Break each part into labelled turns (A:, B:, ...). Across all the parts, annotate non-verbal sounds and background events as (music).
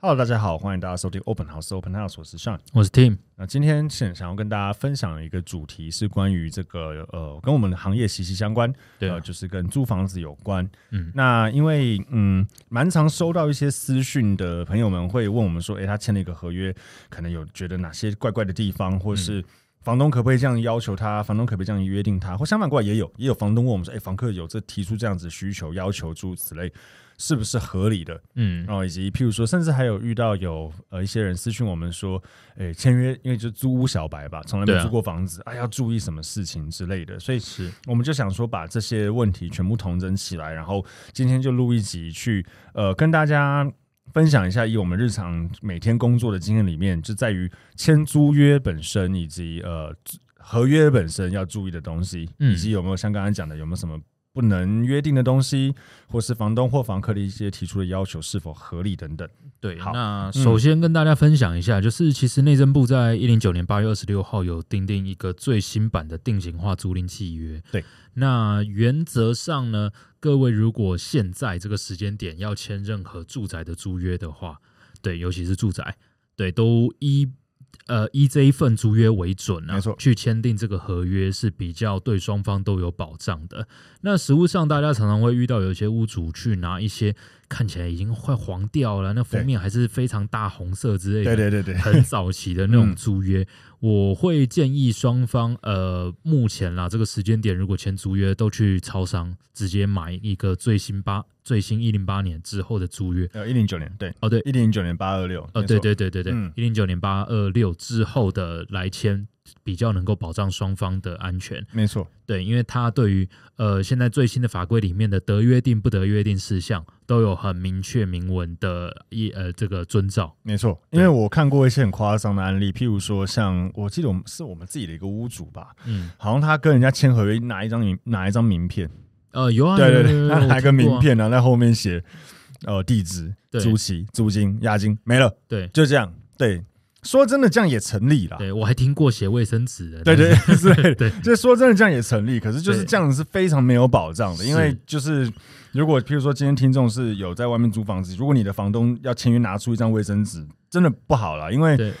A: Hello，大家好，欢迎大家收听 Open House Open House，我是 Sean。
B: 我是 Tim，
A: 那今天想想要跟大家分享一个主题，是关于这个呃，跟我们的行业息息相关，
B: 对啊
A: 呃，就是跟租房子有关。
B: 嗯
A: 那因为嗯，蛮常收到一些私讯的朋友们会问我们说，诶，他签了一个合约，可能有觉得哪些怪怪的地方，或
B: 嗯
A: 是房东可不可以这样要求他，房东可不可以这样约定他，或相反过来也有也有房东问我们说，诶，房客有这提出这样子需求要求诸如此类，是不是合理的？哦
B: 嗯，
A: 然后以及譬如说，甚至还有遇到有呃一些人私讯我们说，诶签约，因为就租屋小白吧，从来
B: 对
A: 没
B: 啊
A: 租过房子，啊要注意什么事情之类的，所以
B: 是
A: 我们就想说把这些问题全部统整起来，然后今天就录一集去呃跟大家分享一下，以我们日常每天工作的经验里面，就在于签租约本身以及呃租合约本身要注意的东西，
B: 嗯
A: 以及有没有像刚才讲的有没有什么。不能约定的东西，或是房东或房客的一些提出的要求是否合理等等。
B: 对。
A: 好嗯
B: 那首先跟大家分享一下，就是其实内政部在一零九年八月二十六号有订定一个最新版的定型化租赁契约。
A: 对，
B: 那原则上呢，各位如果现在这个时间点要签任何住宅的租约的话，对，尤其是住宅，对，都依呃依这一份租约为准啊，
A: 没错
B: 去签订这个合约是比较对双方都有保障的。那实物上，大家常常会遇到有一些屋主去拿一些看起来已经快黄掉了，那封面还是非常大红色之类的，
A: 对对对对，
B: 很早期的那种
A: 嗯
B: 租约，我会建议双方呃，目前啦这个时间点，如果签租约都去超商直接买一个最新八最新一零八年之后的租约。
A: 呃，一零九年，对，
B: 哦，对，
A: 一零九年八二六，
B: 哦，
A: 没
B: 对
A: 错，
B: 对对对对
A: 嗯，
B: 一零九年八二六之后的来签，比较能够保障双方的安全。
A: 没错，
B: 对，因为它对于呃现在最新的法规里面的得约定不得约定事项都有很明确明文的一呃这个遵照。
A: 没错，
B: 对
A: 因为我看过一些很夸张的案例，譬如说像我记得我们是我们自己的一个屋主吧，
B: 嗯，
A: 好像他跟人家签合约拿一张名拿一张名片，
B: 呃，有啊，
A: 对对
B: 有啊
A: 对，
B: 有
A: 他
B: 啊有啊
A: 拿一个
B: 我听过
A: 名
B: 啊
A: 片，然后在后面写呃地址、
B: 对
A: 租期、租金、押金，没了，
B: 对
A: 就这样。对，说真的，这样也成立啦。
B: 对，我还听过写卫生纸的。
A: 对 (laughs) 对之类的，
B: 对
A: 就是说真的这样也成立，可是就是
B: 对
A: 这样是非常没有保障的，
B: 是
A: 因为就是如果譬如说今天听众是有在外面租房子，如果你的房东要签约拿出一张卫生纸，真的不好啦，因为
B: 对，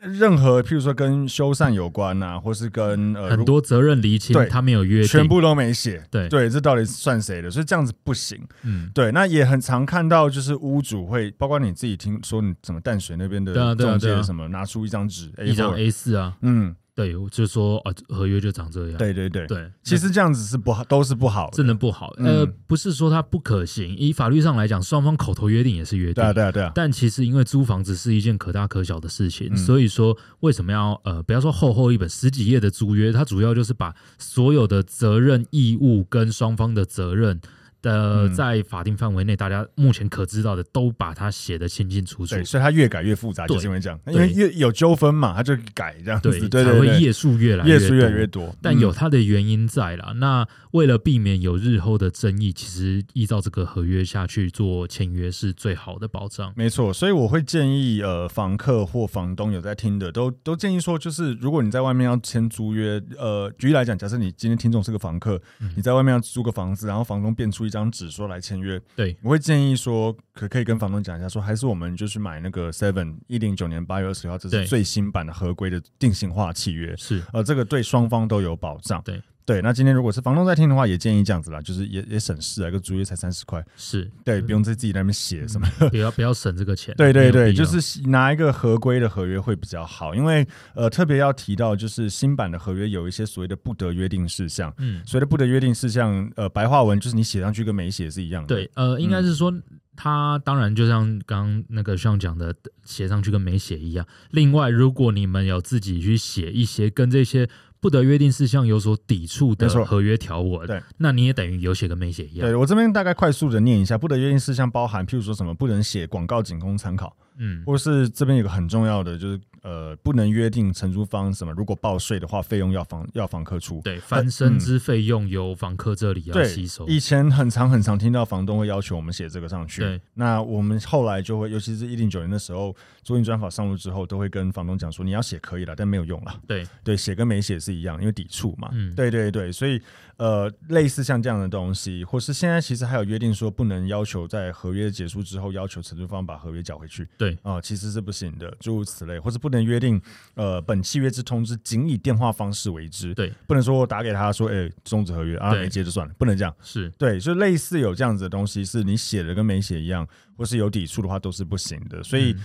A: 任何譬如说跟修缮有关呐、或是跟呃
B: 很多责任厘清
A: 对，
B: 他没有约定，
A: 全部都没写，
B: 对，
A: 对，这到底算谁的？所以这样子不行。
B: 嗯，
A: 对，那也很常看到，就是屋主会，包括你自己听说你什么淡水那边的
B: 对啊对啊
A: 中介
B: 对啊
A: 什么，拿出一张纸，
B: 一张
A: A4，
B: A 四啊，
A: 嗯，
B: 对，我就说啊，合约就长这样。
A: 对对对，
B: 对，
A: 其实这样子是不好，都是不好
B: 真
A: 的。
B: 的不好。呃
A: 嗯，
B: 不是说它不可行，以法律上来讲，双方口头约定也是约定
A: 对啊，。对啊，对啊，
B: 但其实因为租房子是一件可大可小的事情，
A: 嗯
B: 所以说为什么要呃不要说厚厚一本十几页的租约，它主要就是把所有的责任义务跟双方的责任。的
A: 嗯
B: 在法定范围内，大家目前可知道的都把它写得清清楚楚
A: 对，，所以它越改越复杂，
B: 对
A: 就是因为这样，因为越有纠纷嘛，它就改这样子，对对
B: 才
A: 对，
B: 会页数越来
A: 页
B: 多
A: 数越来越多，
B: 但有
A: 嗯
B: 它的原因在啦。那为了避免有日后的争议，其实依照这个合约下去做签约是最好的保障。
A: 没错，所以我会建议呃，房客或房东有在听的，都都建议说，就是如果你在外面要签租约，呃，举例来讲，假设你今天听众是个房客，
B: 嗯
A: 你在外面要租个房子，然后房东变出一张纸说来签约，
B: 对，
A: 我会建议说，可可以跟房东讲一下说还是我们就去买那个 Seven 一零九年八月二十号，这是
B: 对
A: 最新版的合规的定型化契约，
B: 是
A: 呃，这个对双方都有保障。
B: 对
A: 对，那今天如果是房东在听的话，也建议这样子啦，就是也也省事啊，一个租约才三十块，
B: 是，
A: 对，不用在自己在那边写什么。
B: 不要不要省这个钱。
A: 对
B: 没
A: 对
B: 有
A: 对，
B: 必
A: 就
B: 要
A: 是拿一个合规的合约会比较好，因为呃特别要提到就是新版的合约有一些所谓的不得约定事项，
B: 嗯，
A: 所谓的不得约定事项，呃白话文就是你写上去跟没写是一样的。
B: 对，呃，应该是说，
A: 嗯
B: 他当然就像刚刚那个上讲的，写上去跟没写一样。另外，如果你们有自己去写一些跟这些不得约定事项有所抵触的
A: 没错
B: 合约条文，
A: 对，
B: 那你也等于有写跟没写一样。
A: 对我这边大概快速的念一下，不得约定事项包含，譬如说什么不能写广告仅供参考，
B: 嗯，
A: 或是这边有个很重要的就是呃不能约定承租方什么，如果报税的话，费用要房要房客出。
B: 对，翻身之费用由房客这里要
A: 对
B: 吸收。
A: 以前很常很常听到房东会要求我们写这个上去。
B: 对，
A: 那我们后来就会，尤其是一零九年的时候，租赁专法上路之后，都会跟房东讲说，你要写可以了，但没有用了。
B: 对
A: 对，写跟没写是一样，因为抵触嘛。
B: 嗯
A: 对对对，所以呃，类似像这样的东西，或是现在其实还有约定说，不能要求在合约结束之后要求承租方把合约缴回去。
B: 对
A: 啊、其实是不行的，诸如此类，或是不能约定呃，本契约之通知仅以电话方式为之。
B: 对，
A: 不能说我打给他说，哎、终止合约啊，
B: 对
A: 没接就算了，不能这样。
B: 是，
A: 对，就类似有这样子的东西，是你写的跟没写一样，或是有抵触的话都是不行的。所以
B: 嗯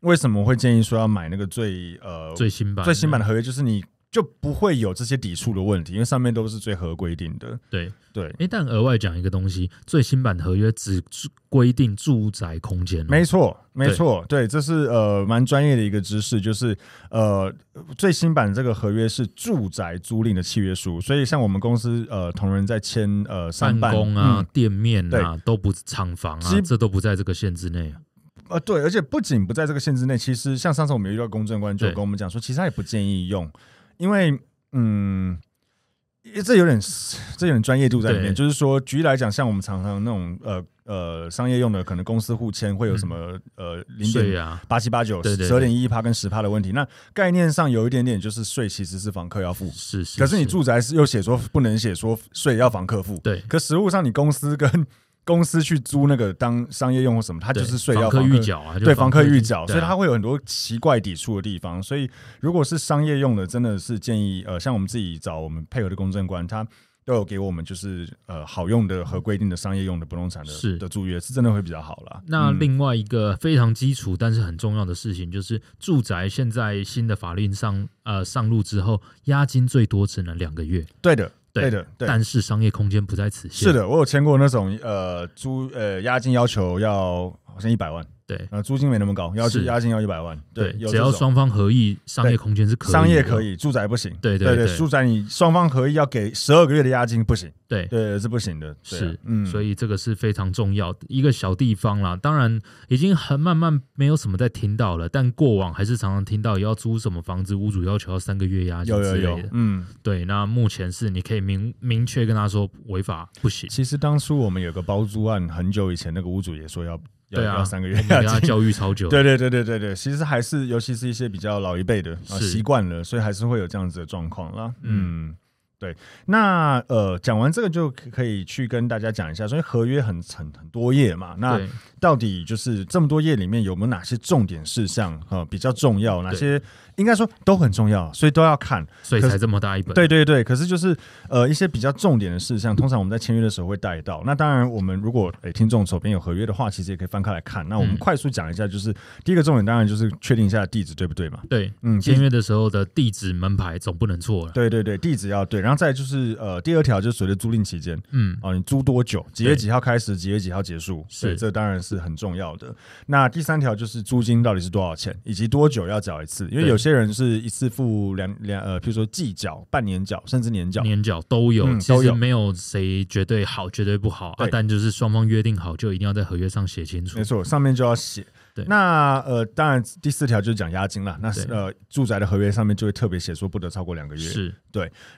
A: 为什么会建议说要买那个最呃
B: 最新版
A: 最新版的合约，就是你就不会有这些抵触的问题，因为上面都是最合规定的。
B: 对。
A: 对，
B: 诶，但额外讲一个东西，最新版的合约只注规定住宅空间哦、
A: 没错，没错，对，这是呃蛮专业的一个知识，就是呃最新版这个合约是住宅租赁的契约书，所以像我们公司呃同仁在签呃
B: 办
A: 三办
B: 公啊、店面啊，都不厂房啊，
A: 基
B: 这都不在这个限制内啊。
A: 呃，对，而且不仅不在这个限制内，其实像上次我们有遇到公证官就有
B: 对
A: 跟我们讲说，其实他也不建议用，因为嗯，这有点这有点专业度在里面。
B: 对
A: 就是说，举例来讲，像我们常常那种呃呃商业用的，可能公司互签会有什么、呃零
B: 嗯税
A: 点
B: 啊，
A: 八七八九、
B: 对对
A: 十二点一一趴跟十趴的问题。那概念上有一点点就是税其实是房客要付，
B: 是是。
A: 可是你住宅是又写说不能写说税要房客付，
B: 对
A: 可实物上，你公司跟 (laughs) 公司去租那个当商业用或什么，它
B: 对
A: 就是税
B: 房
A: 要
B: 客
A: 房
B: 预，缴啊，就
A: 对房客
B: 预
A: 预缴，所以它
B: 他
A: 会有很多奇怪抵触的地方。所以如果是商业用的，真的是建议呃，像我们自己找我们配合的公证官，他都有给我们就是呃好用的和规定的商业用的不动产
B: 是
A: 的的租约，是真的会比较好啦。
B: 那
A: 嗯
B: 另外一个非常基础但是很重要的事情，就是住宅现在新的法令上呃上路之后，押金最多只能两个月，
A: 对的，
B: 对
A: 对的，对。
B: 但是商业空间不在此限。
A: 是，的，我有签过那种呃租呃押金要求要好像一百万，
B: 对
A: 呃租金没那么高，要求
B: 是
A: 押金要一百万，对，有
B: 只
A: 这
B: 要
A: 种
B: 双方合意，商业空间是可以的哦
A: 商业可，以，住宅不行。
B: 对对
A: 对
B: 对
A: 住宅你双方合意要给十二个月的押金不行，
B: 对。
A: 对，是不行的。对啊
B: 是，
A: 嗯，
B: 所
A: 以
B: 以这个是非常重要的一个小地方啦。当然，已经很慢慢没有什么在听到了，但过往还是常常听到要租什么房子，屋主要求要三个月押金
A: 有
B: 之
A: 有
B: 类
A: 有，
B: 的。
A: 嗯，
B: 对，那目前是你可以明明确跟他说
A: (laughs)
B: 违法不行，
A: 其实当初我们有个包租案，很久以前那个屋主也说要要
B: 对啊
A: 要三个月
B: 我们
A: 押
B: 给他
A: 金。
B: 教育超久。
A: 对对对对对对，其实还是尤其是一些比较老一辈的啊
B: 是
A: 习惯了，所以还是会有这样子的状况啦。
B: 嗯
A: 嗯，对。那呃，讲完这个就可可以去跟大家讲一下，所以合约很很很多页嘛，那
B: 对
A: 到底就是这么多页里面有没有哪些重点事项啊、呃比较重要？哪些应该说都很重要，所以都要看。
B: 所以
A: 可
B: 才这么大一本。
A: 对对对，可是就是呃一些比较重点的事项，通常我们在签约的时候会带到。那当然，我们如果诶听众手边有合约的话，其实也可以翻开来看。那我们
B: 嗯
A: 快速讲一下，就是、第一个重点，当然就是确定一下地址对不对嘛？
B: 对，
A: 嗯，
B: 签约的时候的地址门牌总不能错了。
A: 对对对，地址要对，然后再来就是呃第二条就是随着租赁期间，
B: 嗯，
A: 哦，你租多久？几月
B: 对
A: 几号开始？几月几号结束？
B: 是
A: 对这当然是很重要的。那第三条就是租金到底是多少钱，以及多久要缴一次？因为
B: 对
A: 有些人是一次付两两呃，譬如说季缴、半年缴，甚至年缴。
B: 年缴都有，
A: 嗯
B: 其
A: 都
B: 实
A: 有
B: 没有谁绝对好，绝对不好啊
A: 对。
B: 但就是双方约定好，就一定要在合约上写清楚
A: 没。错，上面就要写
B: 对。
A: 那呃，当然第四条就是讲押金了。那
B: 对
A: 呃，住宅的合约上面就会特别写说不得超过两个月。
B: 是，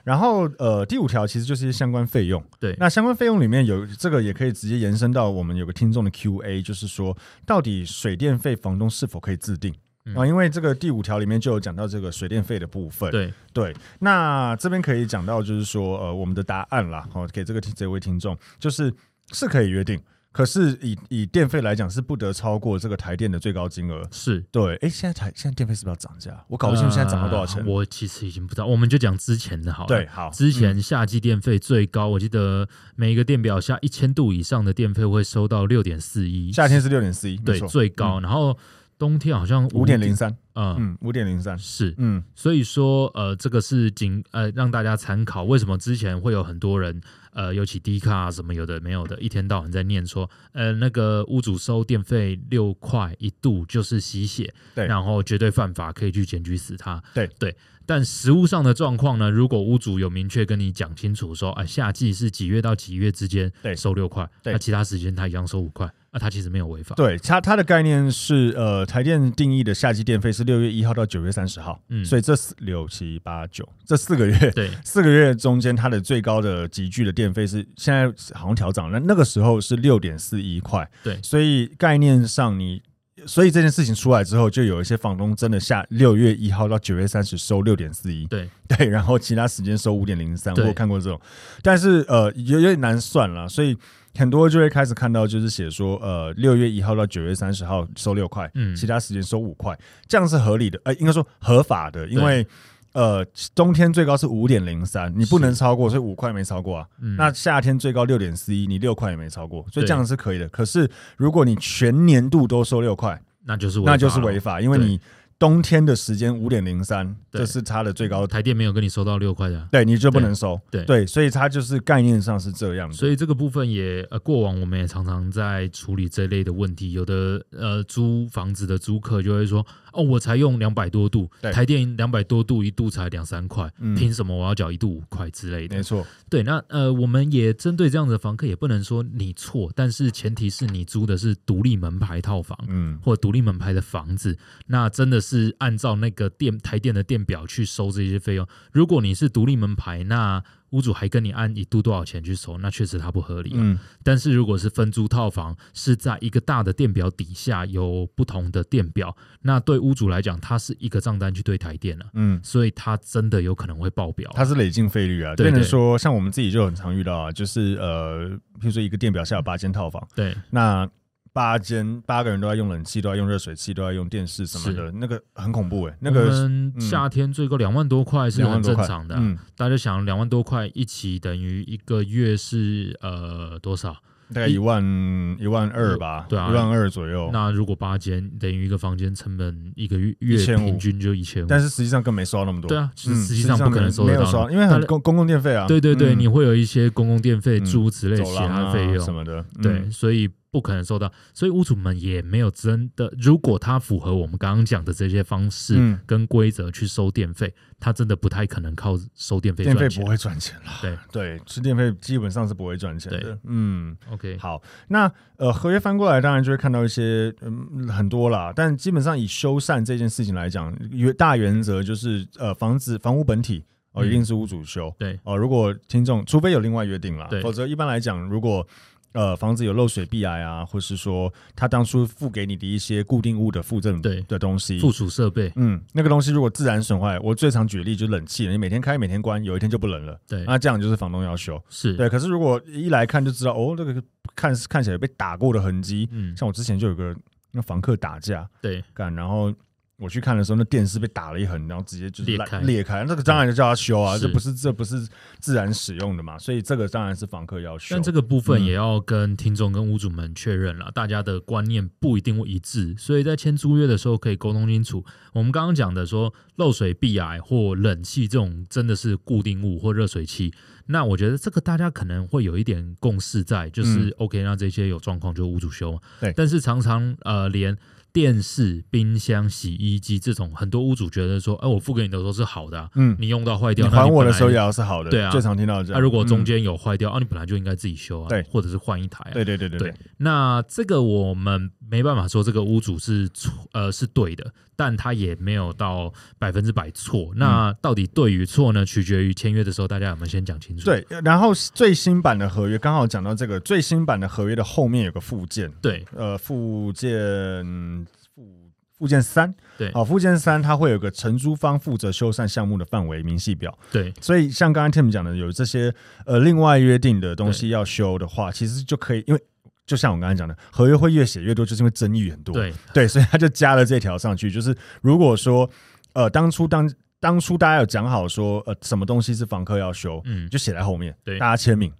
A: 然后呃，第五条其实就是相关费用。
B: 对
A: 那相关费用里面有这个也可以直接延伸到我们有个听众的 Q&A，就是说到底水电费房东是否可以自定？
B: 嗯
A: 啊，因为这个第五条里面就有讲到这个水电费的部分。
B: 对，
A: 对那这边可以讲到就是说，呃，我们的答案啦，好、给这个听这位听众就是是可以约定，可是以以电费来讲是不得超过这个台电的最高金额。
B: 是。
A: 对，哎，现在台现在电费是不是要涨价？我搞不清楚现在涨到多少钱。
B: 呃我其实已经不知道，我们就讲之前的好了。
A: 对，，好，
B: 之
A: 嗯
B: 前夏季电费最高，我记得每一个电表下一千度以上的电费会收到六点四一，
A: 夏天是六点四一，
B: 对
A: 没错
B: 最高，然后冬天好像
A: 嗯五点零，三，
B: 嗯，
A: 嗯，五点零三，
B: 是，
A: 嗯，
B: 所以说呃，这个是仅呃让大家参考，为什么之前会有很多人呃，尤其低卡什么有的没有的，一天到晚在念说，呃，那个屋主收电费六块一度就是吸血，
A: 对
B: 然后绝对犯法，可以去检举死他，
A: 对
B: 对。但实物上的状况呢，如果屋主有明确跟你讲清楚说，哎、夏季是几月到几月之间
A: 对
B: 收六块，
A: 对
B: 那其他时间他一样收五块，啊、啊，它其实没有违法。
A: 对，它它的概念是，呃，台电定义的夏季电费是六月一号到九月三十号，
B: 嗯
A: 所以这四六七八九这四个月，
B: 对，
A: 四个月中间它的最高的集聚的电费是现在好像调涨了，那那个时候是六点四一块，
B: 对
A: 所以概念上你。所以这件事情出来之后，就有一些房东真的下六月一号到九月三十收六点四一，
B: 对
A: 对，然后其他时间收五点零三，我
B: 对
A: 有看过这种，但是呃，有有点难算了，所以很多就会开始看到，就是写说呃，六月一号到九月三十号收六块，
B: 嗯
A: 其他时间收五块，这样是合理的，呃，应该说合法的，因为呃，冬天最高是五点零三，你不能超过，所以五块没超过啊。
B: 嗯
A: 那夏天最高六点四一，你六块也没超过，所以
B: 对
A: 这样是可以的。可是如果你全年度都收六块，
B: 那就是违法
A: 那就是违
B: 了。
A: 法，因为
B: 对
A: 你冬天的时间五点零三，这
B: 对
A: 是它的最高
B: 台电没有跟你收到六块的啊、
A: 对，你就不能收。
B: 对
A: 所以它就是概念上是这样的。
B: 所以这个部分也呃，过往我们也常常在处理这类的问题。有的呃，租房子的租客就会说：“哦，我才用两百多度，
A: 对
B: 台电两百多度一度才两三块，
A: 嗯
B: 凭什么我要缴一度五块之类的
A: 没错，？”
B: 对，那呃，我们也针对这样的房客，也不能说你错，但是前提是你租的是独立门牌套房。
A: 嗯，
B: 或独立门牌的房子，那真的是按照那个电台电的电表去收这些费用。如果你是独立门牌，那屋主还跟你按一度多少钱去收，那确实它不合理、啊。
A: 嗯，
B: 但是如果是分租套房，是在一个大的电表底下有不同的电表，那对屋主来讲，它是一个账单去对台电了、啊，
A: 嗯，
B: 所以它真的有可能会爆表。
A: 它是累进费率啊。
B: 对
A: 变成
B: 对
A: 说，像我们自己就很常遇到啊，就是呃，譬如说一个电表下有八间套房，
B: 对
A: 那八间八个人都在用冷气，都在用热水器，都在用电视什么的，那个很恐怖哎、那
B: 我
A: 个
B: 们
A: 嗯
B: 夏天最高两万多块是
A: 两万
B: 很
A: 多
B: 正
A: 块，
B: 常的啊、
A: 嗯，
B: 大家想两万多块一起等于一个月是呃多少？
A: 大概一万一万二吧，
B: 对啊
A: 一万二左右。
B: 那如果八间等于一个房间成本一个月月
A: 1500
B: 平均就一千五，
A: 但是实际上更没收到那么多，
B: 对啊其实
A: 嗯
B: 实际上不可能收
A: 没
B: 得
A: 有
B: 到
A: 收到，因为
B: 它
A: 很
B: 的
A: 公公共电费啊，
B: 对对对，
A: 嗯
B: 你会有一些公共电费、
A: 嗯
B: 住之类
A: 走
B: 其
A: 廊
B: 他
A: 啊
B: 费用
A: 什么的，嗯
B: 对，所以不可能收到，所以屋主们也没有真的，如果他符合我们刚刚讲的这些方式
A: 嗯
B: 跟规则去收电费，他真的不太可能靠收电费
A: 电费
B: 赚
A: 不
B: 钱。
A: 会赚钱了。
B: 对
A: 对，吃电费基本上是不会赚钱的
B: 对。
A: 嗯，
B: OK，
A: 好，那呃，合约翻过来，当然就会看到一些嗯很多啦，但基本上以修缮这件事情来讲，原大原则就是呃，房子房屋本体哦、
B: 嗯
A: 一定是屋主修。
B: 对
A: 哦、如果听众除非有另外约定啦
B: 对，
A: 否则一般来讲，如果呃，房子有漏水壁癌啊，或是说他当初付给你的一些固定物的附赠
B: 对
A: 的东西，
B: 附属设备，
A: 嗯，那个东西如果自然损坏，我最常举例就是冷气，你每天开每天关，有一天就不冷了，
B: 对，
A: 那这样就是房东要修。
B: 是，
A: 哎对，可是如果一来看就知道，哦，这个看看起来被打过的痕迹，
B: 嗯，
A: 像我之前就有个那房客打架
B: 对，
A: 干，然后我去看的时候，那电视被打了一痕，然后直接就是
B: 裂
A: 烂
B: 开
A: 裂开，那个当然就叫他修啊，
B: 是
A: 这不是这不是自然使用的嘛，所以这个当然是房客要修
B: 但。这个部分
A: 嗯
B: 也要跟听众跟屋主们确认了，大家的观念不一定会一致，所以在签租约的时候可以沟通清楚。我们刚刚讲的说漏水、壁癌或冷气这种真的是固定物或热水器，那我觉得这个大家可能会有一点共识在，就是、
A: 嗯
B: OK，那这些有状况就屋主修嘛。
A: 对
B: 但是常常呃连。电视、冰箱、洗衣机这种，很多屋主觉得说，哎、我付给你的都是好的啊、
A: 嗯，
B: 你用到坏
A: 你
B: 掉，那
A: 还我
B: 本
A: 的
B: 来
A: 时候也要是好的，
B: 对啊
A: 最常听到这
B: 那、
A: 样。
B: 如果中
A: 嗯
B: 间有坏掉，啊，你本来就应该自己修啊，
A: 对
B: 或者是换一台啊。
A: 对对对对
B: 对，那这个我们没办法说这个屋主是错，呃，是对的，但他也没有到百分之百错。那
A: 嗯
B: 到底对与错呢？取决于签约的时候大家有没有先讲清楚。
A: 对，然后最新版的合约刚好讲到这个，最新版的合约的后面有个附件，
B: 对
A: 呃，附件附附件三，
B: 对
A: 好，附件三它会有个承租方负责修缮项目的范围明细表，
B: 对
A: 所以像刚刚 Tim 讲的，有这些呃另外约定的东西要修的话，其实就可以，因为就像我刚才讲的，合约会越写越多，就是因为争议很多，
B: 对 (laughs)
A: 对，所以他就加了这条上去， (laughs) 就是如果说呃当初当当初大家有讲好说呃什么东西是房客要修，
B: 嗯，
A: 就写在后面，
B: 对
A: 大家签名，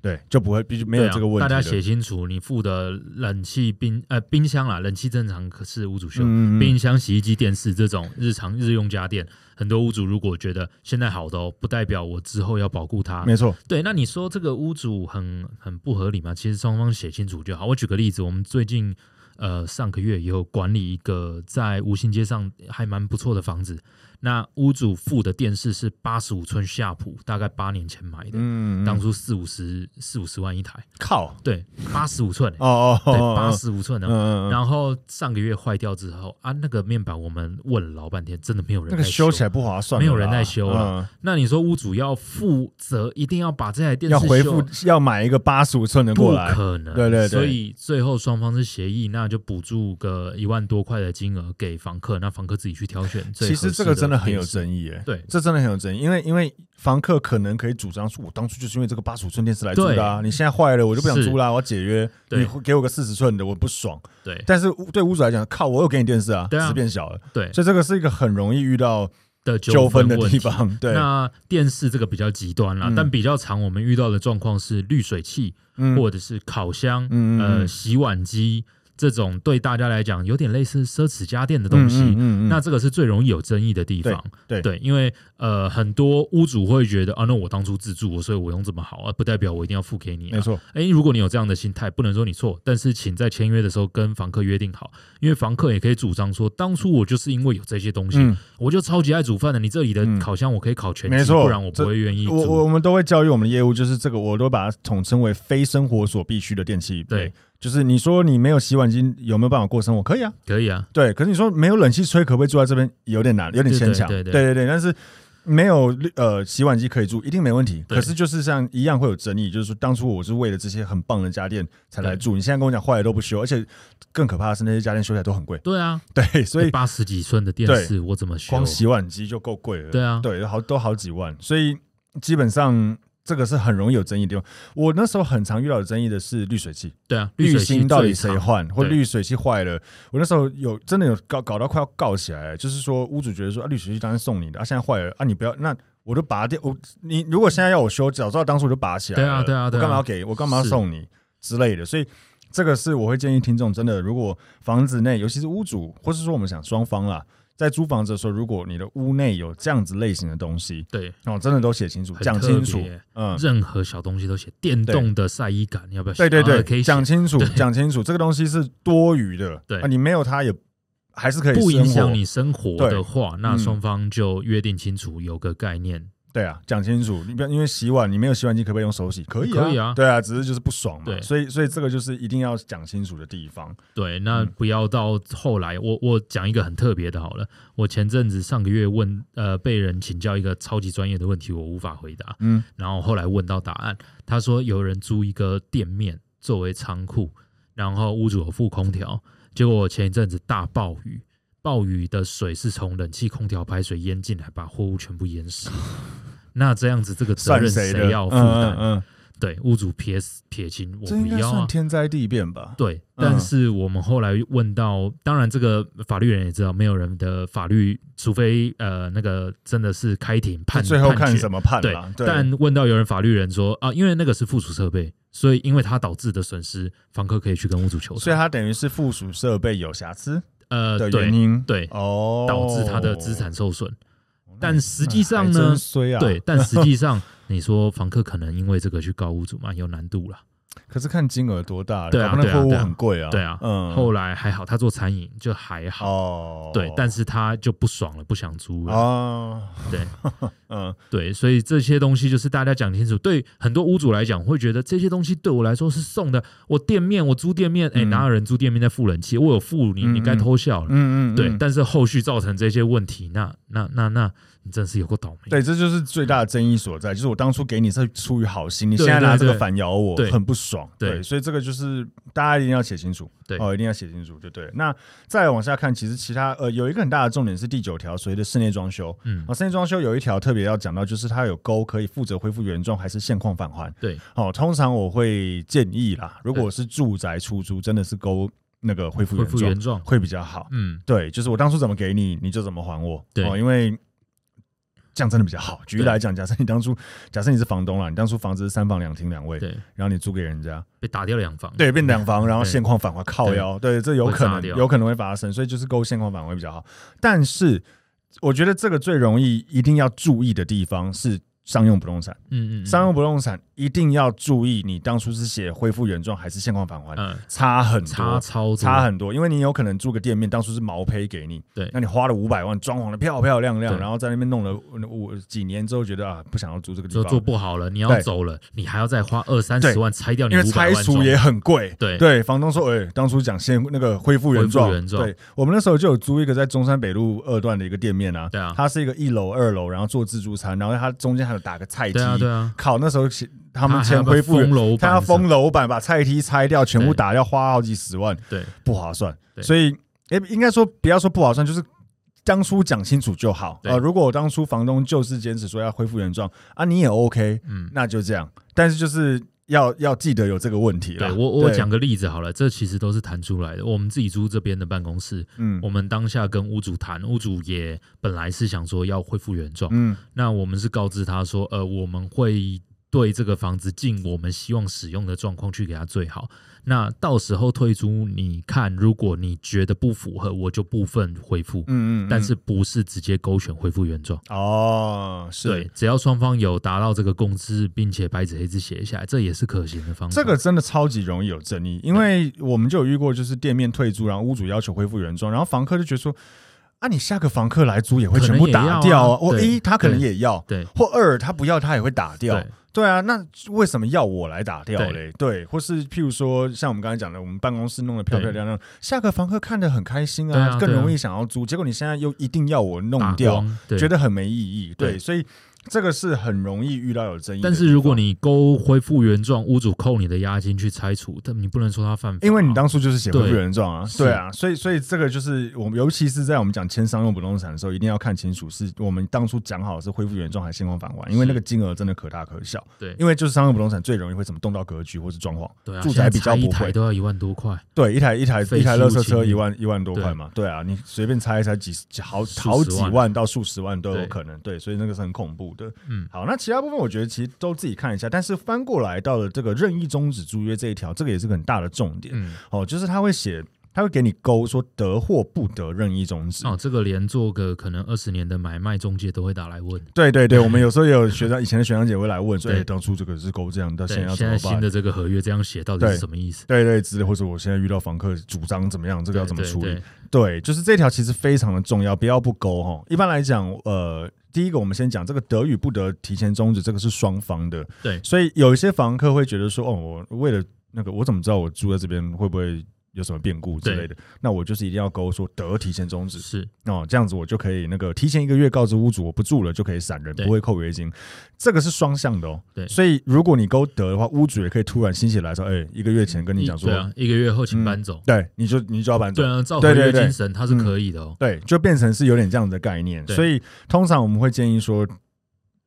A: 对，就不会必须没有
B: 对啊
A: 这个问题的，
B: 大家写清楚，你付的冷气冰呃冰箱啦，冷气正常可是屋主修。
A: 嗯，嗯嗯
B: 冰箱、洗衣机、电视这种日常日用家电，很多屋主如果觉得现在好的哦，不代表我之后要保护它，
A: 没错，
B: 对，那你说这个屋主很很不合理吗？其实双方写清楚就好。我举个例子，我们最近呃上个月也有管理一个在吴兴街上还蛮不错的房子，那屋主付的电视是八十五寸夏普，大概八年前买的，
A: 嗯，
B: 当初四五十四五十万一台，
A: 靠，
B: 对，八十五寸、欸，
A: 哦哦
B: 对，
A: 哦，
B: 八十五寸的。
A: 嗯，嗯嗯，
B: 然后上个月坏掉之后啊，那个面板我们问了老半天，真的没有人
A: 那个
B: 在
A: 修
B: 修
A: 起来不划算，
B: 没有人在修
A: 了
B: 了
A: 啦，
B: 那你说屋主要负责，一定要把这台电
A: 嗯
B: 视
A: 要回
B: 修
A: 复，要买一个八十五寸的过来
B: 不，可能，
A: 对对对
B: 所以最后双方是协议，那就补助个一万多块的金额给房客，那房客自己去挑选最
A: 其实
B: 合适的电视。
A: 这个真的很有争议，哎，
B: 对
A: 这真的很有争议，因为因为房客可能可以主张说，我当初就是因为这个八十五寸电视来租的啊，你现在坏了，我就不想租啦，我要解约，
B: 对
A: 你给我个四十寸的，我不爽。
B: 对
A: 但是对屋主来讲，靠，我又给你电视啊，
B: 对
A: 只
B: 啊
A: 是变小了，
B: 对
A: 所以这个是一个很容易遇到
B: 的
A: 纠纷
B: 纷
A: 的
B: 问
A: 地
B: 题。
A: 方。对，
B: 那电视这个比较极端啦，
A: 嗯
B: 但比较常我们遇到的状况是滤水器、
A: 嗯
B: 或者是烤箱、
A: 嗯嗯
B: 呃
A: 嗯
B: 洗碗机这种对大家来讲有点类似奢侈家电的东西。
A: 嗯嗯嗯
B: 那这个是最容易有争议的地方，
A: 对
B: 对，因为呃，很多屋主会觉得啊，那我当初自住，所以我用这么好，啊，不代表我一定要付给你、啊，
A: 没错，
B: 哎，如果你有这样的心态，不能说你错，但是请在签约的时候跟房客约定好，因为房客也可以主张说，当初我就是因为有这些东西，
A: 嗯
B: 我就超级爱煮饭的。你这里的
A: 嗯
B: 烤箱我可以烤全
A: 没
B: 鸡，
A: 错
B: 不然我不会愿意
A: 我我
B: 租。
A: 我们都会教育我们的业务，就是这个，我都把它统称为非生活所必需的电器。
B: 对，
A: 就是你说你没有洗碗机，有没有办法过生活？可以啊，
B: 可以啊，
A: 对。可是你说没有冷气吹，可不可以住在这边？有点难，有点牵强。
B: 对对对
A: 对但是。没有呃洗碗机可以住，一定没问题。
B: 对
A: 可是就是像一样会有争议，就是说当初我是为了这些很棒的家电才来住，你现在跟我讲坏了都不修，而且更可怕的是那些家电修起来都很贵。 (laughs)
B: 对啊，
A: 对，所以
B: 八十几寸的电视我怎么修
A: 光？洗碗机就够贵了。
B: 对啊
A: 对，好都好几万，所以基本上这个是很容易有争议的地方。我那时候很常遇到的争议的是滤水器，
B: 对啊，
A: 滤
B: 水
A: 芯
B: 芯
A: 到底
B: 最
A: 谁
B: 长？
A: 换，或
B: 对
A: 滤水器坏了。我那时候有真的有搞搞到快要告起来，就是说屋主觉得说啊，滤水器当然送你的，啊现在坏了啊，你不要那。我就拔掉我，你如果现在要我修，早知道当初我就拔起来了。
B: 对啊对啊对
A: 我
B: 啊
A: 干嘛要给我干嘛要
B: 是
A: 送你之类的？所以这个是我会建议听众，真的，如果房子内，尤其是屋主，或是说我们想双方啦，在租房子的时候，如果你的屋内有这样子类型的东西，
B: 对，
A: 哦，真的都写清楚，
B: 很
A: 讲清
B: 特
A: 楚
B: 别，
A: 嗯，
B: 任何小东西都写。电动的晒衣杆要不要
A: 对
B: 写？
A: 对
B: 啊可
A: 对，
B: 以写
A: 讲清楚，讲清楚，这个东西是多余的，
B: (laughs) 对
A: 啊，你没有它也还是可以
B: 不影
A: 生活
B: 响你，生活
A: 对
B: 的话，那
A: 嗯
B: 双方就约定清楚，有个概念。
A: 对啊，讲清楚，你不要因为洗碗，你没有洗碗机可不可以用手洗？可以啊，
B: 可以啊
A: 对啊，只是就是不爽嘛，
B: 对
A: 所以所以这个就是一定要讲清楚的地方，
B: 对，那
A: 嗯
B: 不要到后来，我我讲一个很特别的好了。我前阵子上个月问，呃，被人请教一个超级专业的问题，我无法回答。
A: 嗯，
B: 然后后来问到答案，他说有人租一个店面作为仓库，然后屋主有付空调，结果前一阵子大暴雨，暴雨的水是从冷气、空调排水淹进来，把货物全部淹
A: (laughs)
B: 死。那这样子，这个责
A: 算
B: 任
A: 谁的？
B: 谁要负
A: 嗯
B: 担？
A: 嗯
B: 对，屋主撇撇清，
A: 嗯，
B: 我
A: 这应
B: 不
A: 该
B: 要啊
A: 算。天灾地变吧？
B: 对，
A: 嗯
B: 但是我们后来问到，当然这个法律人也知道，没有人的法律，除非呃那个真的是开庭判，
A: 最后看什
B: 么
A: 么判
B: 对
A: 啦，，
B: 但问到有人法律人说啊，因为那个是附属设备，所以因为它导致的损失，房客可以去跟屋主求
A: 所以
B: 偿。
A: 它等于是附属设备有瑕疵
B: 呃，
A: 的
B: 对
A: 原因，
B: 对，
A: 哦，
B: 导致他的资产受损。但实际上
A: 还
B: 呢
A: 真，衰啊，
B: 对，，但实际上 (laughs) 你说房客可能因为这个去告屋主嘛，有难度啦。
A: 可是看金额多大，
B: 对啊
A: 搞不好那
B: 对啊
A: 货物
B: 对啊
A: 很贵啊，
B: 对啊，
A: 嗯，
B: 后来还好，他做餐饮就还好。
A: 哦，
B: 对，但是他就不爽了，不想租了。
A: 哦，
B: 对
A: (laughs) 嗯，
B: 对，所以这些东西就是大家讲清楚。对很多屋主来讲，会觉得这些东西对我来说是送的。我店面，我租店面，哎、
A: 嗯
B: 哪有人租店面在付人气？我有付你，
A: 嗯
B: 你该偷笑了。
A: 嗯嗯嗯，
B: 对，但是后续造成这些问题，那那那那，你真是有够倒霉。
A: 对，这就是最大的争议所在，就是我当初给你是出于好心，你现
B: 对
A: 在拿这
B: 对
A: 个
B: 对
A: 反咬我，
B: 对
A: 很不爽。
B: 对
A: 对，所以这个就是大家一定要写清楚，
B: 对
A: 哦，一定要写清楚，就对了。那再往下看，其实其他呃有一个很大的重点是第九条，所谓的室内装修。
B: 嗯
A: 啊，，室内装修有一条特别要讲到，就是它有勾可以负责恢复原状，还是现况返还。
B: 对，
A: 哦，通常我会建议啦，如果是住宅出租，真的是勾那个恢复
B: 恢
A: 原
B: 复
A: 状
B: 原状。
A: 会比较好。
B: 嗯，
A: 对，就是我当初怎么给你，你就怎么还我。
B: 对
A: 哦，因为这样真的比较好。举例来讲，假设你当初，假设你是房东啦，你当初房子是三房两厅两卫，
B: 对，
A: 然后你租给人家，
B: 被打掉两房。
A: 对，变两房，然后
B: 对
A: 现况返还靠腰，对，这有可
B: 会炸
A: 能，
B: 掉
A: 有可能会发生，所以就是勾现况返还会比较好。但是我觉得这个最容易一定要注意的地方是。商用不动产。
B: 嗯嗯，
A: 商用不动产一定要注意，你当初是写恢复原状还是现况返还，
B: 嗯
A: 差很
B: 差
A: 多。
B: 超多
A: 差很多，因为你有可能住个店面，当初是毛坯给你，
B: 对
A: 那你花了五百万装潢的漂漂亮亮，
B: 对
A: 然后在那边弄了呃五几年之后，觉得啊不想要住这个地
B: 就
A: 方，
B: 做不好了，你要
A: 对
B: 走了，你还要再花二三
A: 对
B: 十万拆掉你
A: 因为
B: 五百
A: 拆
B: 万
A: 除
B: 中
A: 也很贵。
B: 对
A: 对，房东说，哎、当初讲先那个恢复原状，
B: 恢复原状
A: 对我们那时候就有租一个在中山北路二段的一个店面啊，
B: 对啊
A: 它是一个一楼二楼，然后做自助餐，然后它中间还有打个菜梯，
B: 对啊对啊，
A: 靠，那时候写他
B: 他
A: 们
B: 还要
A: 签
B: 把
A: 恢复原
B: 封楼
A: 他
B: 板
A: 要
B: 什
A: 封
B: 么
A: 楼板，把菜梯拆掉，全部
B: 对
A: 打掉，花好几十万，
B: 对
A: 不划算。
B: 对
A: 所以，诶，应该说不要说不划算，就是当初讲清楚就好。
B: 对
A: 呃，如果我当初房东就是坚持说要恢复原状啊，你也 OK，
B: 嗯。
A: 那就这样。但是就是要要记得有这个问题
B: 对
A: 了。
B: 我，我讲，个例子好了，这其实都是谈出来的。我们自己租这边的办公室，
A: 嗯
B: 我们当下跟屋主谈，屋主也本来是想说要恢复原状，
A: 嗯
B: 那我们是告知他说，呃，我们会对这个房子尽我们希望使用的状况去给他最好。那到时候退租，你看，如果你觉得不符合，我就部分恢复，
A: 嗯嗯，
B: 但
A: 嗯
B: 是不是直接勾选恢复原状？
A: 哦，是
B: 对，只要双方有达到这个共识，并且白纸黑字写下来，这也是可行的方法。
A: 这个真的超级容易有争
B: 嗯
A: 议，因为我们就有遇过，就是店面退租，然后屋主要求恢复原状，然后房客就觉得说，啊，你下个房客来租也会全部打
B: 可能也
A: 掉
B: 要
A: 啊
B: 啊，
A: 我、
B: 对
A: 一他可能也要，
B: 对
A: 或二他不要他也会打掉
B: 对，
A: 对啊，那为什么要我来打掉嘞？对，或是譬如说像我们刚才讲的，我们办公室弄得漂漂亮亮，下个房客看得很开心
B: 对
A: 啊，
B: 啊
A: 更
B: 对啊
A: 容易想要租，结果你现在又一定要我弄
B: 打
A: 掉，
B: 光，对，
A: 觉得很没意义，对，
B: 对
A: 所以这个是很容易遇到有争议的地方。
B: 但是如果你勾恢复原状，屋主扣你的押金去拆除，但你不能说他犯法啊，
A: 因为你当初就是写恢复原状啊，
B: 对
A: 对啊，所以所以这个就是我们，尤其是在我们讲签商用不动产的时候，一定要看清楚，是我们当初讲好是恢复原状还是现况返还，因为
B: 是
A: 那个金额真的可大可小。
B: 对
A: 因为就是商用不动产最容易会怎么动到格局或是装潢，
B: 对啊，
A: 住
B: 现
A: 宅
B: 在
A: 比较
B: 拆一
A: 不
B: 台
A: 会。
B: 都要一万多块，
A: 对，一台一台
B: 废
A: 一台
B: 弃
A: 垃
B: 物
A: 圾车
B: 清理
A: 一万一万多块
B: 对
A: 嘛，对啊，你随便拆一拆几几好
B: 数十
A: 好几
B: 万
A: 万到数十万都有
B: 对
A: 可能，对，所以那个是很恐怖的。
B: 嗯，
A: 好，那其他部分我觉得其实都自己看一下，但是翻过来到了这个任意终止租约这一条，这个也是个很大的重点。
B: 嗯，
A: 哦，就是他会写，他会给你勾说得或不得任意终止。
B: 哦，这个连做个可能二十年的买卖中介都会打来问，
A: 对对对，我们有时候也有学长，以前的学长姐会来问说，
B: 对
A: 哎，当初这个是勾这样，到现在
B: 对，
A: 要怎
B: 现
A: 么
B: 在
A: 办
B: 新？的这个合约这样写到底
A: 对
B: 是什么意思？
A: 对对，之类，或者我现在遇到房客主张怎么样，这个要
B: 对
A: 怎么
B: 对
A: 处理
B: 对？
A: 对，就是这条其实非常的重要，不要不勾哈。一般来讲，呃，第一个我们先讲这个得与不得提前终止，这个是双方的，
B: 对
A: 所以有一些房客会觉得说，哦，我为了那个，我怎么知道我住在这边会不会有什么变故之类的？那我就是一定要勾说得提前终止，
B: 是，
A: 哦，这样子我就可以那个提前一个月告知屋主我不住了，就可以闪人，
B: 对
A: 不会扣违约金。这个是双向的哦。
B: 对
A: 所以如果你勾得的话，屋主也可以突然心血来潮，哎、一个月前跟你
B: 一
A: 讲说，
B: 对啊，一个月后
A: 嗯
B: 请搬走，
A: 对，你就你就要搬走
B: 对。啊，照合
A: 对对
B: 约
A: 对
B: 精神它是
A: 嗯
B: 可以的哦，
A: 对，就变成是有点这样的概念，
B: 对
A: 所以通常我们会建议说，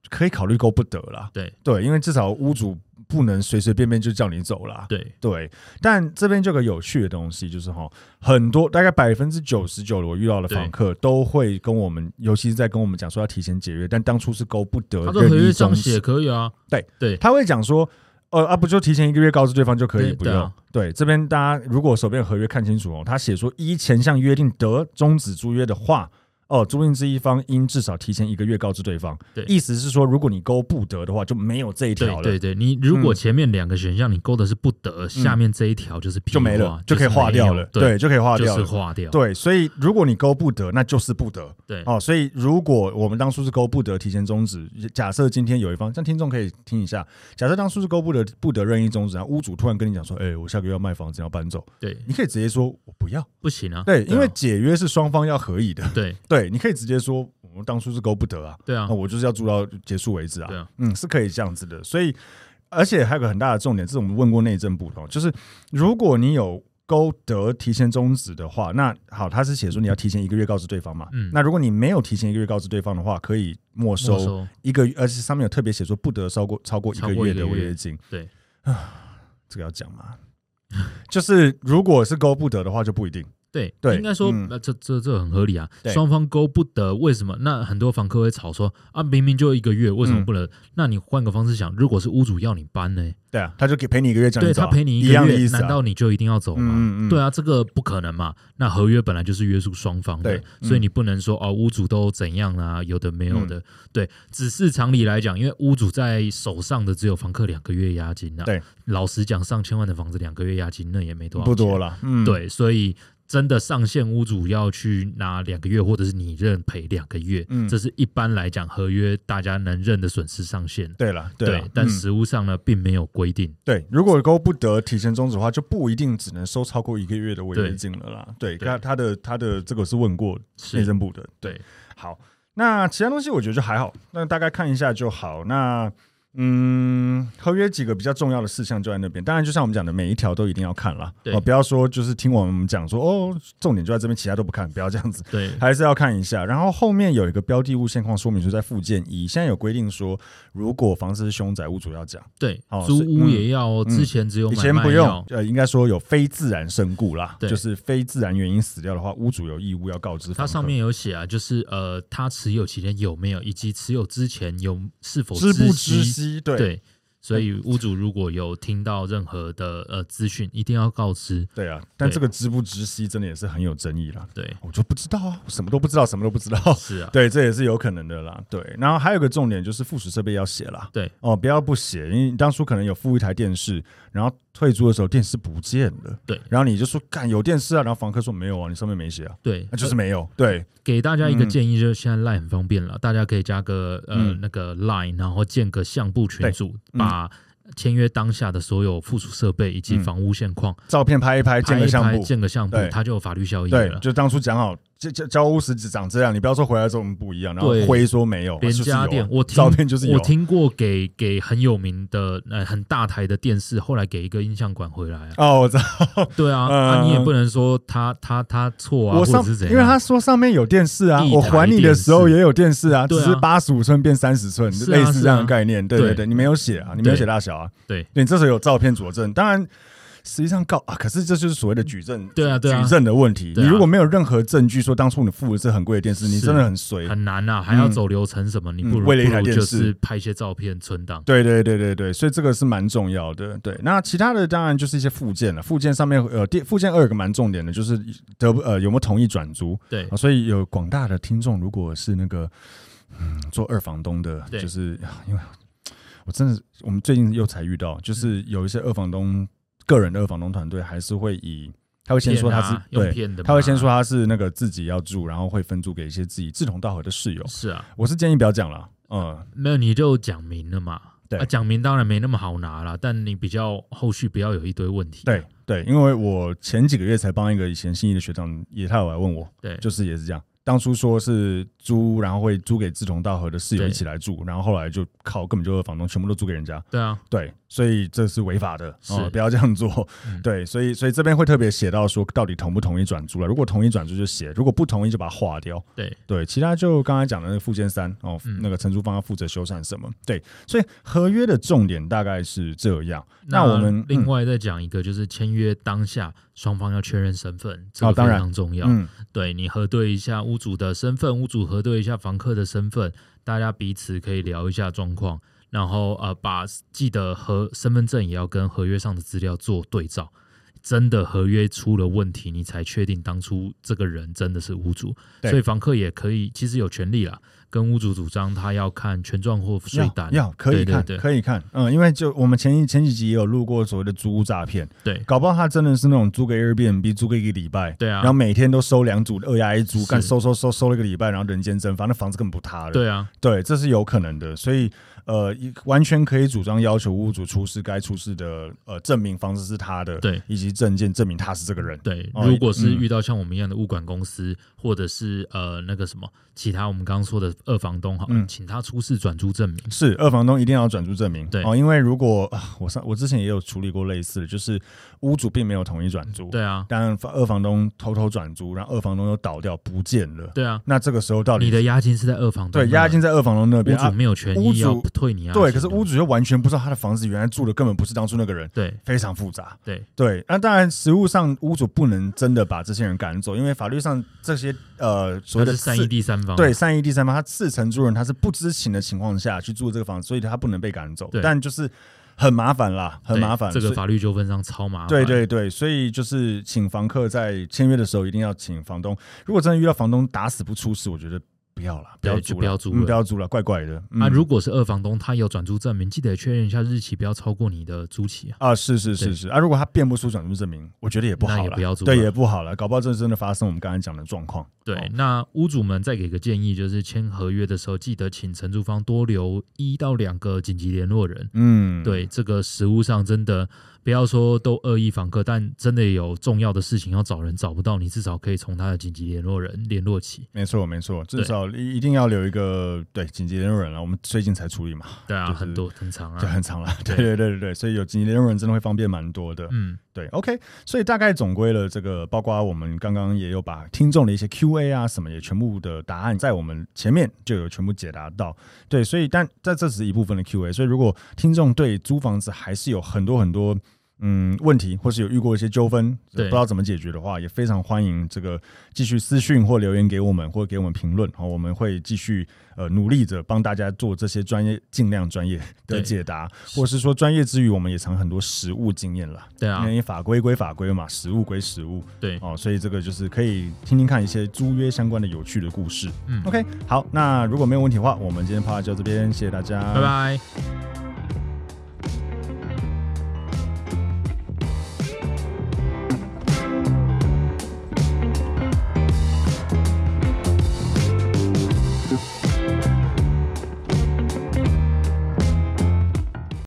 A: 可以考虑勾不得啦。
B: 对
A: 对，因为至少屋主不能随随便便就叫你走啦。
B: 对，嗯
A: 对，但这边就有个有趣的东西，就是哈，很多大概百分之九十九的我遇到的
B: 对
A: 访客都会跟我们，尤其是在跟我们讲说要提前解约，但当初是勾不得
B: 他的合
A: 任
B: 约
A: 意
B: 这样
A: 终
B: 写
A: 止，
B: 可以啊，
A: 对
B: 对，
A: 他会讲说。呃啊，不就提前一个月告知对方就可以，
B: 对
A: 不
B: 对
A: 用
B: 啊。
A: 对，这边大家如果手边有合约看清楚哦，他写说依前项约定得终止租约的话，哦，租赁之一方应至少提前一个月告知对方。
B: 对
A: 意思是说，如果你勾不得的话，就没有这一条
B: 对
A: 了。
B: 对对，你如果
A: 嗯
B: 前面两个选项你勾的是不得，下面这一条就是屁
A: 就没
B: 话
A: 了，就可以
B: 是
A: 划
B: 没
A: 掉
B: 有
A: 了，
B: 对，
A: 对，就可以划
B: 就
A: 掉
B: 是
A: 了。
B: 划掉，
A: 对，所以如果你勾不得，那就是不得
B: 对
A: 哦。所以如果我们当初是勾不得提前终止，假设今天有一方，像听众可以听一下，假设当初是勾不得不得任意终止，然后屋主突然跟你讲说，哎、我下个月要卖房子要搬走，
B: 对，
A: 你可以直接说我不要，
B: 不行啊，
A: 对，因为
B: 啊
A: 解约是双方要合意的， (laughs)
B: 对
A: 对，你可以直接说我们当初是勾不得啊，
B: 对啊
A: 那，我就是要住到结束为止啊。
B: 对啊
A: 嗯，是可以这样子的。所以，而且还有个很大的重点，这是我们问过内政部的哦，就是如果你有勾得提前终止的话，那好，他是写说你要提前一个月告知对方嘛。
B: 嗯
A: 那如果你没有提前一个月告知对方的话，可以没
B: 没
A: 收
B: 收
A: 一个，而且上面有特别写说不得超过超过一个
B: 超过
A: 月
B: 一个
A: 的违
B: 月
A: 约金。
B: 对
A: (laughs) 啊，这个要讲吗？就是如果是勾不得的话，就不一定。
B: 对，
A: 对
B: 应该说，
A: 嗯
B: 呃这这这很合理啊
A: 对，
B: 双方勾不得，为什么？那很多房客会吵说啊，明明就一个月，为什么
A: 嗯
B: 不能？那你换个方式想，如果是屋主要你搬呢？
A: 对啊，他就给赔你一个月，这样
B: 对
A: 你走
B: 他
A: 啊
B: 赔你
A: 一
B: 个
A: 样的
B: 月，
A: 意思
B: 难
A: 啊。
B: 道你就一定要走吗？
A: 嗯嗯嗯，
B: 对啊，这个不可能嘛。那合约本来就是约束双方的
A: 对，嗯
B: 所以你不能说哦，屋主都怎样啊，有的没有的。对，只是常理来讲，因为屋主在手上的只有房客两个月押金啊。
A: 对，
B: 老实讲，上千万的房子两个月押金那也没多少，
A: 不多
B: 了。
A: 了，嗯，
B: 对，所以真的上线屋主要去拿两个月，或者是你认赔两个月，
A: 嗯
B: 这是一般来讲合约大家能认的损失上限。
A: 对了，啦
B: 但
A: 嗯
B: 实物上呢，并没有规定。
A: 对，如果勾不得提前终止的话，就不一定只能收超过一个月的违约
B: 对
A: 金了啦。对，
B: 对
A: 他他的他的这个是问过内
B: 是，
A: 政部的。
B: 对，
A: 好，那其他东西我觉得就还好，那大概看一下就好。那嗯，合约几个比较重要的事项就在那边。当然，就像我们讲的，每一条都一定要看啦。
B: 对
A: 哦不要说就是听我们讲说哦，重点就在这边，其他都不看，不要这样子。
B: 对，
A: 还是要看一下。然后后面有一个标的物现况说明书在附件一，现在有规定说，如果房子是凶宅，屋主要讲。
B: 对
A: 好，
B: 租
A: 是
B: 屋
A: 嗯
B: 也要哦，
A: 嗯
B: 之前只有
A: 以
B: 买
A: 前
B: 卖
A: 不用
B: 要，，
A: 呃，应该说有非自然身故啦，
B: 对
A: 就是非自然原因死掉的话，屋主有义务要告知房
B: 它
A: 客
B: 上面有写啊，就是呃，他持有期间有没有，以及持有之前有是否
A: 知不知
B: 悉。
A: 悉？对
B: 对，所以屋主如果有听到任何的呃资讯，一定要告知。
A: 对啊，但
B: 对
A: 这个知不知悉真的也是很有争议啦。
B: 对，
A: 我就不知道啊，我什么都不知道，什么都不知道。
B: 是啊，
A: 对，这也是有可能的啦。对，然后还有个重点就是附属设备要写啦。
B: 对，
A: 哦，不要不写，因为你当初可能有附一台电视，然后退租的时候电视不见了，
B: 对
A: 然后你就说干有电视啊，然后房客说没有啊，你上面没写啊，
B: 对，呃
A: 那、就是没有。对，
B: 给大家一个
A: 嗯
B: 建议，就是现在 Line 很方便了，大家可以加个呃、
A: 嗯
B: 那个 Line，然后建个相簿群组，
A: 嗯
B: 把签约当下的所有附属设备以及
A: 嗯
B: 房屋现况、
A: 照片拍一拍，建
B: 拍
A: 个
B: 一
A: 相
B: 拍，
A: 簿，
B: 建个相簿
A: 对，
B: 它就有法律效益
A: 对
B: 了，。
A: 就当初讲好，这这交屋时只长这样，你不要说回来之后我们不一样，然后
B: 对
A: 灰说没有，啊
B: 连
A: 哦就是有
B: 家电，我听
A: 照片就是有
B: 我，听过给给很有名的呃很大台的电视，后来给一个音像馆回来啊，
A: 哦，我知道，
B: 对啊，
A: 嗯
B: 啊你也不能说他他他错啊，
A: 我
B: 或者
A: 上
B: 是怎，样，
A: 因为他说上面有电视啊，
B: 地
A: 我
B: 台
A: 还你的
B: 电
A: 时候
B: 视
A: 也有电视啊，只
B: 对啊
A: 是八十五寸变三十寸，
B: 是啊
A: 类似这样的
B: 是啊
A: 概念，对对
B: 对
A: 对，你没有写啊，你没有
B: 对
A: 写大小啊，
B: 对
A: 你这时候有照片佐证，当然。实际上告啊，可是这就是所谓的举证，
B: 对啊对啊
A: 举证的问题。
B: 对
A: 你
B: 啊
A: 如果没有任何证据说当初你付的是很贵的电视，你
B: 是
A: 真的很衰。
B: 很难啊，还要
A: 嗯
B: 走流程什么，你
A: 嗯
B: 不如
A: 为了一
B: 不
A: 台
B: 如
A: 电
B: 就
A: 视
B: 是拍一些照片存档，
A: 对对对对对，所以这个是蛮重要的。对，那其他的当然就是一些附件了。附件上面呃，第附件二有个蛮重点的，就是得不呃有没有同意转租
B: 对
A: 啊。所以有广大的听众，如果是那个嗯做二房东的，
B: 对
A: 就是啊因为我真的是我们最近又才遇到，
B: 嗯
A: 就是有一些二房东个人的二房东团队还是会以他会先说他
B: 骗
A: 是
B: 啊用
A: 对。
B: 骗的嘛，
A: 他会先说他是那个自己要住，然后会分租给一些自己志同道合的室友。
B: 是啊，
A: 我是建议不要讲了，嗯，
B: 没有你就讲明了嘛。
A: 对
B: 啊讲、明当然没那么好拿啦，但你比较后续不要有一堆问题。
A: 对对，因为我前几个月才帮一个以前心仪的学长，也他有来问我，
B: 对，
A: 就是也是这样，当初说是租，然后会租给志同道合的室友
B: 对
A: 一起来住，然后后来就靠根本就是房东全部都租给人家，
B: 对啊，
A: 对，所以这是违法的，哦
B: 是，
A: 不要这样做，
B: 嗯
A: 对，所以所以这边会特别写到说到底同不同意转租了，如果同意转租就写，如果不同意就把它划掉，
B: 对
A: 对，其他就刚才讲的那个附件三哦，
B: 嗯
A: 那个承租方要负责修缮什么，对，所以合约的重点大概是这样，那我们
B: 另
A: 嗯
B: 外再讲一个，就是签约当下双方要确认身份，这
A: 哦
B: 个
A: 当
B: 非
A: 然
B: 常重要。
A: 嗯，
B: 对你核对一下屋主的身份，屋主核对一下房客的身份，大家彼此可以聊一下状况，然后呃，把记得和身份证也要跟合约上的资料做对照。真的合约出了问题，你才确定当初这个人真的是屋主，
A: 对
B: 所以房客也可以其实有权利啦，跟屋主主张他要看权状或税
A: 要
B: 单，
A: 要可以
B: 对对
A: 看，
B: 对
A: 可以看，嗯，因为就我们前一前几集也有录过所谓的租屋诈骗，
B: 对
A: 搞不好他真的是那种租给 Airbnb 租个一个礼拜，
B: 对啊
A: 然后每天都收两组二押一租，
B: 是
A: 干收收收收了一个礼拜，然后人间蒸发，那房子根本不塌了，
B: 对啊，
A: 对，这是有可能的，所以呃，一完全可以主张要求屋主出示该出示的呃证明房子是他的，
B: 对
A: 以及证件证明他是这个人，
B: 对，
A: 哦
B: 如果是
A: 嗯
B: 遇到像我们一样的物管公司，或者是呃那个什么其他我们刚刚说的二房东哈，
A: 嗯
B: 请他出示转租证明。
A: 是二房东一定要转租证明，
B: 对
A: 哦，因为如果啊我上我之前也有处理过类似的，就是屋主并没有同意转租，
B: 对啊，
A: 但二房东偷偷转租，然后二房东又倒掉不见了，
B: 对啊，
A: 那这个时候到底
B: 你的押金是在二房东那
A: 对
B: 儿，
A: 押金在二房东那
B: 屋
A: 边
B: 主
A: 啊？
B: 没有权
A: 屋
B: 益要
A: 主
B: 退你押金的。
A: 对，可是屋主又完全不知道他的房子原来住的根本不是当初那个人，
B: 对
A: 非常复杂。
B: 对
A: 对，那、当然，实务上屋主不能真的把这些人赶走，因为法律上这些呃所
B: 它
A: 谓的
B: 是善
A: 次
B: 意第三方，
A: 对，善意第三方，他四成租人他是不知情的情况下去住这个房子，所以他不能被赶走
B: 对。
A: 但就是很麻烦啦，很
B: 对
A: 麻烦。
B: 这个
A: 所以
B: 法律纠纷上超麻烦，
A: 对对对，所以就是请房客在签约的时候一定要请房东，如果真的遇到房东打死不出事，我觉得不要啦，不
B: 对
A: 要
B: 就
A: 租
B: 不要
A: 了，
B: 租
A: 嗯
B: 了
A: 不要租了，怪怪的。
B: 那、
A: 嗯
B: 如果是二房东，他有转租证明，记得确认一下日期，不要超过你的租期啊。
A: 啊，是是
B: 对
A: 是是啊，如果他变不出转租证明，我觉得也不
B: 那
A: 好
B: 也
A: 了，
B: 不要租
A: 对，
B: 了
A: 也不好了，搞不好这真的发生我们刚才讲的状况。
B: 对，
A: 哦
B: 那屋主们再给个建议，就是签合约的时候，记得请承租方多留一到两个紧急联络人。
A: 嗯，
B: 对，这个实务上真的不要说都恶意访客，但真的有重要的事情要找人找不到，你至少可以从他的紧急联络人联络起。
A: 没错，没错，至
B: 对
A: 少一一定要留一个对紧急联络人了。我们最近才处理嘛，
B: 对啊，
A: 就是
B: 很多很长
A: 对，
B: 啊。
A: 很长了。
B: 对
A: 对对对对对，所以有紧急联络人真的会方便蛮多的。
B: 嗯，
A: 对，OK，所以大概总归了这个，包括我们刚刚也有把听众的一些 Q&A 啊什么也全部的答案在我们前面就有全部解答到。对，所以但但这只是一部分的 Q&A，所以如果听众对租房子还是有很多很多。嗯，问题或是有遇过一些纠纷，不
B: 对
A: 知道怎么解决的话，也非常欢迎这个继续私讯或留言给我们，或给我们评论，好，我们会继续呃努力着帮大家做这些专业尽量专业的
B: 对
A: 解答，或是说专业之余，我们也藏很多实务经验啦。
B: 对啊
A: 因，为法规归法规嘛，实务归实务
B: 对，
A: 哦，所以这个就是可以听听看一些租约相关的有趣的故事。
B: 嗯
A: OK，好，那如果没有问题的话，我们今天 p 就到这边，谢谢大家，
B: 拜拜。